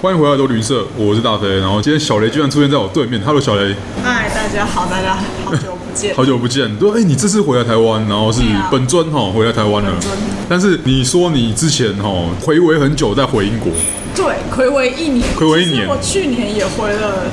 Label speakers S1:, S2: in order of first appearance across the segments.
S1: 欢迎回到都驴社，我是大飞。然后今天小雷居然出现在我对面，Hello 小雷，
S2: 嗨，大家好，大家好久不见。
S1: 好久不见。对，哎、你这次回来台湾，然后是
S2: 对啊
S1: 本尊哈回来台湾了
S2: 本尊。
S1: 但是你说你之前哈回违很久再回英国，
S2: 对，暌违一年，
S1: 暌违一年
S2: 其实我去年也回了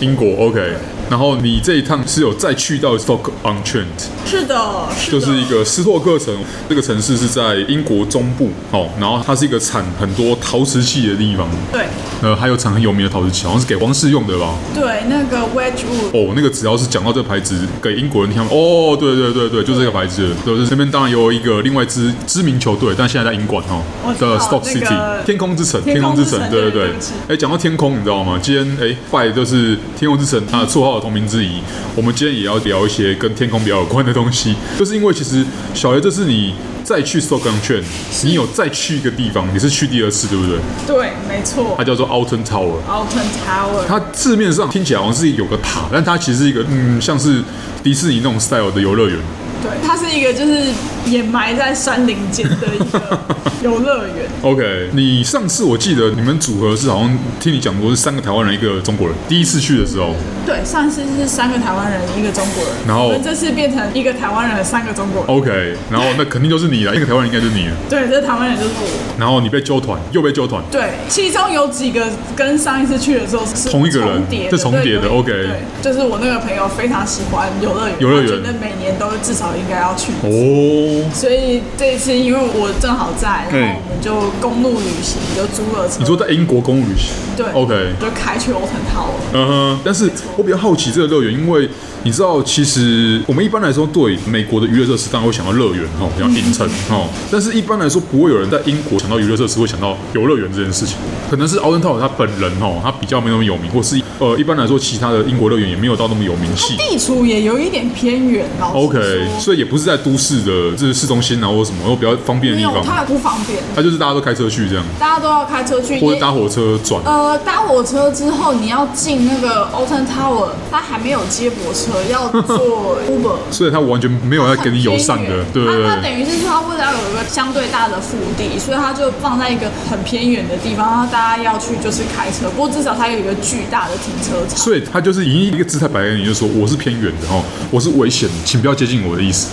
S2: 英
S1: 英国 OK。然后你这一趟是有再去到 Stock on Trent，
S2: 是的，是
S1: 就
S2: 的，
S1: 是一个斯托克城，这个城市是在英国中部哦，然后它是一个产很多陶瓷器的地方，
S2: 对
S1: 呃，还有产很有名的陶瓷器，好像是给王室用的吧？
S2: 对那个 Wedgwood，
S1: 哦，那个只要是讲到这个牌子，给英国人听，哦，对对对对，就是这个牌子，对，就是这边当然有一个另外一支知名球队，但现在在英冠哦
S2: 我知道
S1: 的 Stock
S2: 那
S1: City、
S2: 个
S1: 天空之城，
S2: 天空之城
S1: 对对
S2: 对
S1: 对
S2: 对不起。
S1: 哎，讲到天空，你知道吗？今天哎，拜就是天空之城它的绰号的同名之一。我们今天也要聊一些跟天空比较有关的东西，就是因为其实小雷，这是你再去 Stock on Trent，你有再去一个地方，你是去第二次对不对？
S2: 对，没错
S1: 它叫做 Alton Tower。
S2: ，Alton Tower，
S1: 它字面上听起来好像是有个塔，但它其实是一个嗯，像是迪士尼那种 style 的游乐园。
S2: 对，它是一个就是掩埋在山林间的一个游乐 园。
S1: OK，你上次我记得你们组合是好像听你讲过是三个台湾人一个中国人，第一次去的时候，
S2: 对，上次是三个台湾人，一个中国人，
S1: 然后哦
S2: 我们这次变成一个台湾人，三个中国人。
S1: OK，然后那肯定就是你了，那个台湾人应该就是你了，
S2: 对，这台湾人就是我。
S1: 然后你被揪团，又被揪团。
S2: 对，其中有几个跟上一次去的时候是
S1: 同一个人
S2: 重叠的
S1: 是重叠的
S2: 对有
S1: OK
S2: 对，就是我那个朋友非常喜欢游乐园，
S1: 游乐园
S2: 他觉得每年都至少应该要去。
S1: 哦，
S2: 所以这一次因为我正好在，然
S1: 嗯
S2: 后我们就公路旅行，就租了车。
S1: 你说在英国公路旅行？
S2: 对
S1: ，OK，
S2: 就开去 Olden Tower。
S1: 嗯哼，但是我比较好奇这个乐园，因为你知道，其实我们一般来说对美国的娱乐设施，当然会想到乐园哈，比较映衬哈。但是一般来说，不会有人在英国想到娱乐设施会想到游乐园这件事情。可能是奥登塔尔他本人哈，他比较没那么有名，或是呃，一般来说其他的英国乐园也没有到那么有名气。
S2: 地处也有一点偏远，老实
S1: OK，
S2: 说
S1: 所以也不是在都市的，就是市中心啊，或者什么，或比较方便的
S2: 没
S1: 地
S2: 有，
S1: 方。
S2: 它不方便，
S1: 他就是大家都开车去这样，
S2: 大家都要开车去。
S1: 或
S2: 也
S1: 者搭火车转。
S2: 呃，搭火车之后，你要进那个 Olden Tower，它还没有接驳车，要坐 Uber。
S1: 所以他完全没有在给你友善的，对不
S2: 它它
S1: 对
S2: 等？于是说，它为了要有一个相对大的腹地，所以它就放在一个很偏远的地方，然后大家要去就是开车。不过至少它有一个巨大的停车场。
S1: 所以他就是以一个姿态摆给你，就说我是偏远的哦，我是危险的，请不要接近我的意思。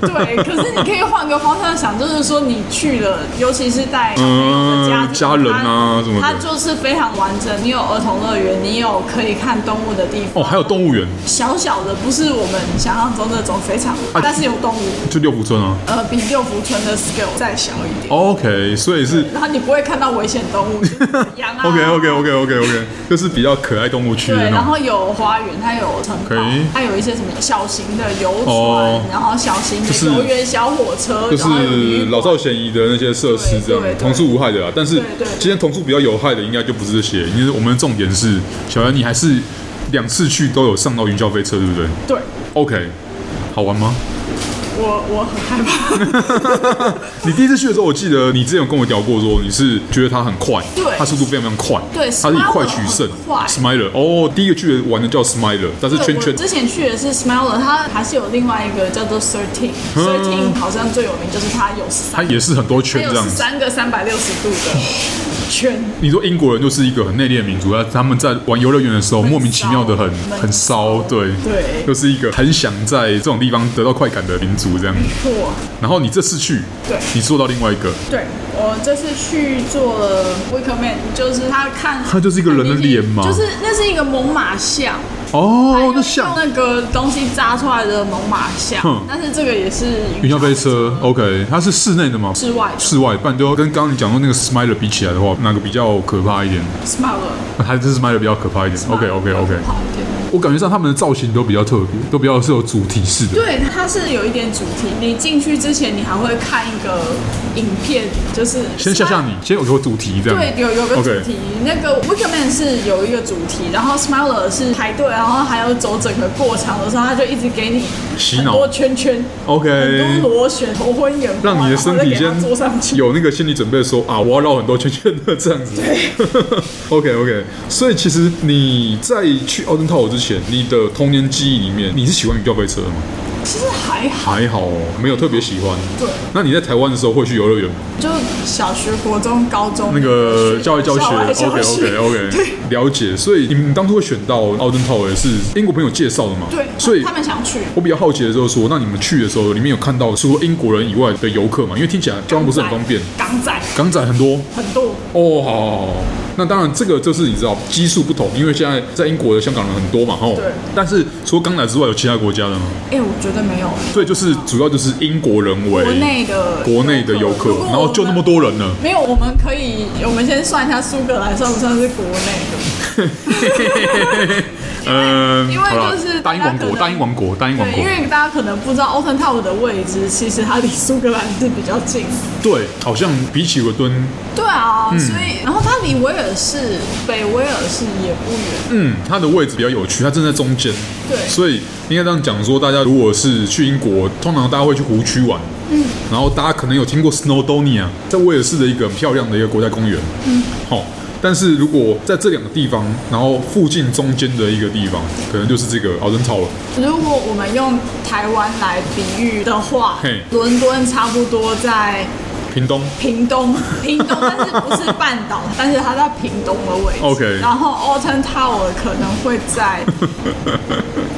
S2: 对，可是你可以换个方向想，就是说你去了，尤其是带小朋友的家
S1: 嗯，家人啊什么
S2: 它
S1: 的。
S2: 就是非常完整。你有儿童乐园，你有可以看动物的地
S1: 哦，
S2: 方。
S1: 还有动物园，
S2: 小小的，不是我们想象中那种非常，
S1: 啊
S2: 但是有动物，
S1: 就六福村啊。
S2: 呃，比六福村的 scale 再小一
S1: 哦
S2: 点。
S1: OK，所以是
S2: 然后你不会看到危险动物，就是羊 啊。
S1: OK OK OK OK OK，就是比较可爱动物区的
S2: 对，
S1: 那种。
S2: 然后有花园，它有城堡
S1: OK，
S2: 它有一些什么小型的游船，
S1: 哦
S2: 然后小型
S1: 就是
S2: 的游园小火车，
S1: 就
S2: 然后有旅
S1: 是
S2: 馆
S1: 老少咸宜的那些设施，这
S2: 对
S1: 样
S2: 对对
S1: 童素无害的啦。但是
S2: 对对对
S1: 今天童素比较有害的，应该就不是这些。因为我们的重点是，小杨你还是两次去都有上到云霄飞车，对不对
S2: 对，
S1: ？OK，好玩吗？
S2: 我我很害怕。
S1: 你第一次去的时候，我记得你之前有跟我聊过，说你是觉得它很快，
S2: 对
S1: 它速度非常非常快，
S2: 对
S1: 它是以快取胜
S2: Smiler 很快
S1: ，Smiler，哦，第一个去的玩的叫 Smiler，但是
S2: 对
S1: 圈圈
S2: 我之前去的是 Smiler，它还是有另外一个叫做
S1: 啊
S2: Thirteen，Thirteen 好像最有名就是它有三
S1: 它也是很多
S2: 它
S1: 圈
S2: 有
S1: 这样
S2: 十
S1: 子。
S2: 三个三百六十度的圈，
S1: 你说英国人就是一个很内敛的民族，他他们在玩游乐园的时候，
S2: 很骚
S1: 莫名其妙的很
S2: 很
S1: 很骚，对，
S2: 对
S1: 就是一个很想在这种地方得到快感的民族这样。
S2: 哇！
S1: 然后你这次去，
S2: 对
S1: 你做到另外一个，
S2: 对我这次去做了 Wickerman，就是他看，
S1: 它就是一个人的脸嘛
S2: 就是那是一个猛犸象，还
S1: 哦
S2: 有，
S1: 那像
S2: 用那个东西扎出来的猛犸
S1: 哼
S2: 象，但是这个也是
S1: 云霄飞车，OK，它是室内的吗？
S2: 室外的
S1: 室外，不然都要跟刚刚你讲过那个 Smiler 比起来的话，哪个比较可怕一点？
S2: Smiler。
S1: 还是 Smiler 比较可怕一点。OK OK OK，
S2: 好一点。
S1: 我感觉上他们的造型都比较特别，都比较是有主题式的。
S2: 对，它是有一点主题。你进去之前，你还会看一个影片，就是
S1: 先吓吓你，先有个主题这样。
S2: 对，有有个主
S1: OK
S2: 题那个 Wickerman 是有一个主题，然后 Smiler 是排队，然后还有走整个过场的时候，他就一直给你
S1: 洗
S2: 很
S1: 脑
S2: 多圈圈，很
S1: OK，
S2: 多螺旋，头昏眼花，
S1: 让你的身体
S2: 然后再给他坐上
S1: 先
S2: 去。
S1: 有那个心理准备说啊，我要绕很多圈圈的这样子。OK OK，所以其实你在去奥登塔尔之前，你的童年记忆里面，你是喜欢云霄飞车的吗？
S2: 其实还好，
S1: 还好哦，没有特别喜欢。
S2: 对
S1: 那你在台湾的时候会去游乐园吗？
S2: 就小学、国中、高中
S1: 那个教育教学
S2: 校外教
S1: ，OK
S2: 学
S1: OK OK，了解。所以你们当初会选到奥登塔尔是英国朋友介绍的嘛？
S2: 对，
S1: 所以
S2: 他们想去，
S1: 我比较好奇的就是说，那你们去的时候，里面有看到除了英国人以外的游客嘛？因为听起来交通不是很方便，
S2: 港仔
S1: 港仔很多
S2: 很多，
S1: 哦。好好好好，那当然这个就是你知道基数不同，因为现在在英国的香港人很多嘛，吼。
S2: 对
S1: 但是除了港仔之外，有其他国家的吗？
S2: 哎、我觉得没有，
S1: 所以就是主要就是英国人为
S2: 国内的
S1: 国内的游客，
S2: 如果
S1: 然后就那么多人呢。
S2: 没有，我们可以，我们先算一下苏格兰算不算是国 内
S1: 嗯，
S2: 因为
S1: 好啦
S2: 就是
S1: 大英王国，
S2: 大
S1: 大
S2: 家
S1: 英
S2: 可
S1: 王国，大英
S2: 的？
S1: 王
S2: 对，
S1: 国
S2: 因。为大家可能不知道 o p e n t o w 的位置，其实它离苏格兰是比较近。
S1: 对，好像比起伦敦，
S2: 对啊，
S1: 嗯
S2: 所以然后它离威尔士、北威尔士也不远。
S1: 嗯，它的位置比较有趣，它正在中间。
S2: 对
S1: 所以应该这样讲说，大家如果是去英国，通常大家会去湖区玩。嗯，然后大家可能有听过 Snowdonia，在威尔士的一个很漂亮的一个国家公园。嗯，好、但是如果在这两个地方，然后附近中间的一个地方，可能就是这个 a l d e n Tower。
S2: 如果我们用台湾来比喻的话
S1: 嘿，
S2: 伦敦差不多在
S1: 屏东
S2: 屏东， 屏东，但是不是半岛， 但是它在屏东的位置。
S1: OK
S2: 然后 Alton Tower 可能会在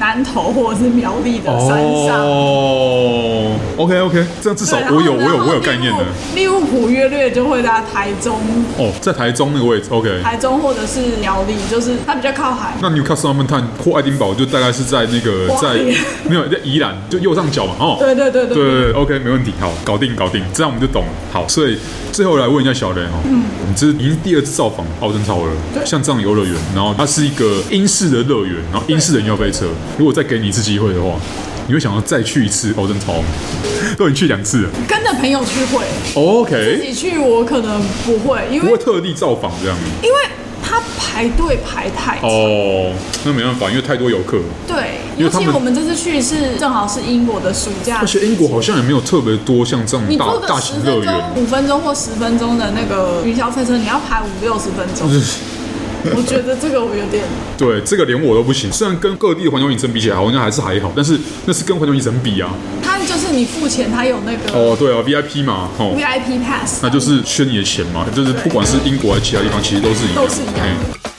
S2: 南投或者是苗栗的山上。
S1: 哦，OK OK，这样至哦少
S2: 对然后
S1: 我有我
S2: 然后
S1: 有我有概念的。
S2: 利物浦约略就会在台中，
S1: 哦，在台中那个位置，OK。
S2: 台中或者是苗栗，就是它比较靠海。
S1: 那 Newcastle 他们探或爱丁堡就大概是在那个
S2: 哇
S1: 在没有在宜兰就右上角嘛，哦，
S2: 对对对对
S1: 对对 o k 没问题，好，搞定搞定，这样我们就懂了。好，所以最后来问一下小雷哦，嗯，你这是已经第二次造访奥登塔尔了，
S2: 对
S1: 像这样游乐园，然后它是一个英式的乐园，然后英式的人要飞车，如果再给你一次机会的话，你会想要再去一次奥登塔尔吗？ 都已经去两次了
S2: 跟着朋友去会，自
S1: ，OK，
S2: 己去我可能不会，因
S1: 不会
S2: 为
S1: 特地造访这样。
S2: 因为它排队排太久。
S1: 哦，那没办法，因为太多游客了。
S2: 对，
S1: 因为
S2: 尤
S1: 他
S2: 其
S1: 们
S2: 我们这次去是正好是英国的暑假
S1: 而，且英国好像也没有特别多像这样
S2: 你坐
S1: 大
S2: 个
S1: 大
S2: 十
S1: 型乐
S2: 分钟、
S1: 园，
S2: 五分钟或十分钟的那个云霄飞车，你要排五六十分钟，我觉得这个我有点
S1: 对这个连我都不行。虽然跟各地的环球影城比起来，好像还是还好，但是那是跟环球影城比啊。
S2: 它就是你付钱，它有那个
S1: 哦，对啊，VIP 嘛，哦，
S2: VIP pass，
S1: 那就是圈你的钱嘛，就是不管是英国还是其他地方，其实都是一样。
S2: 都是一样
S1: 嘿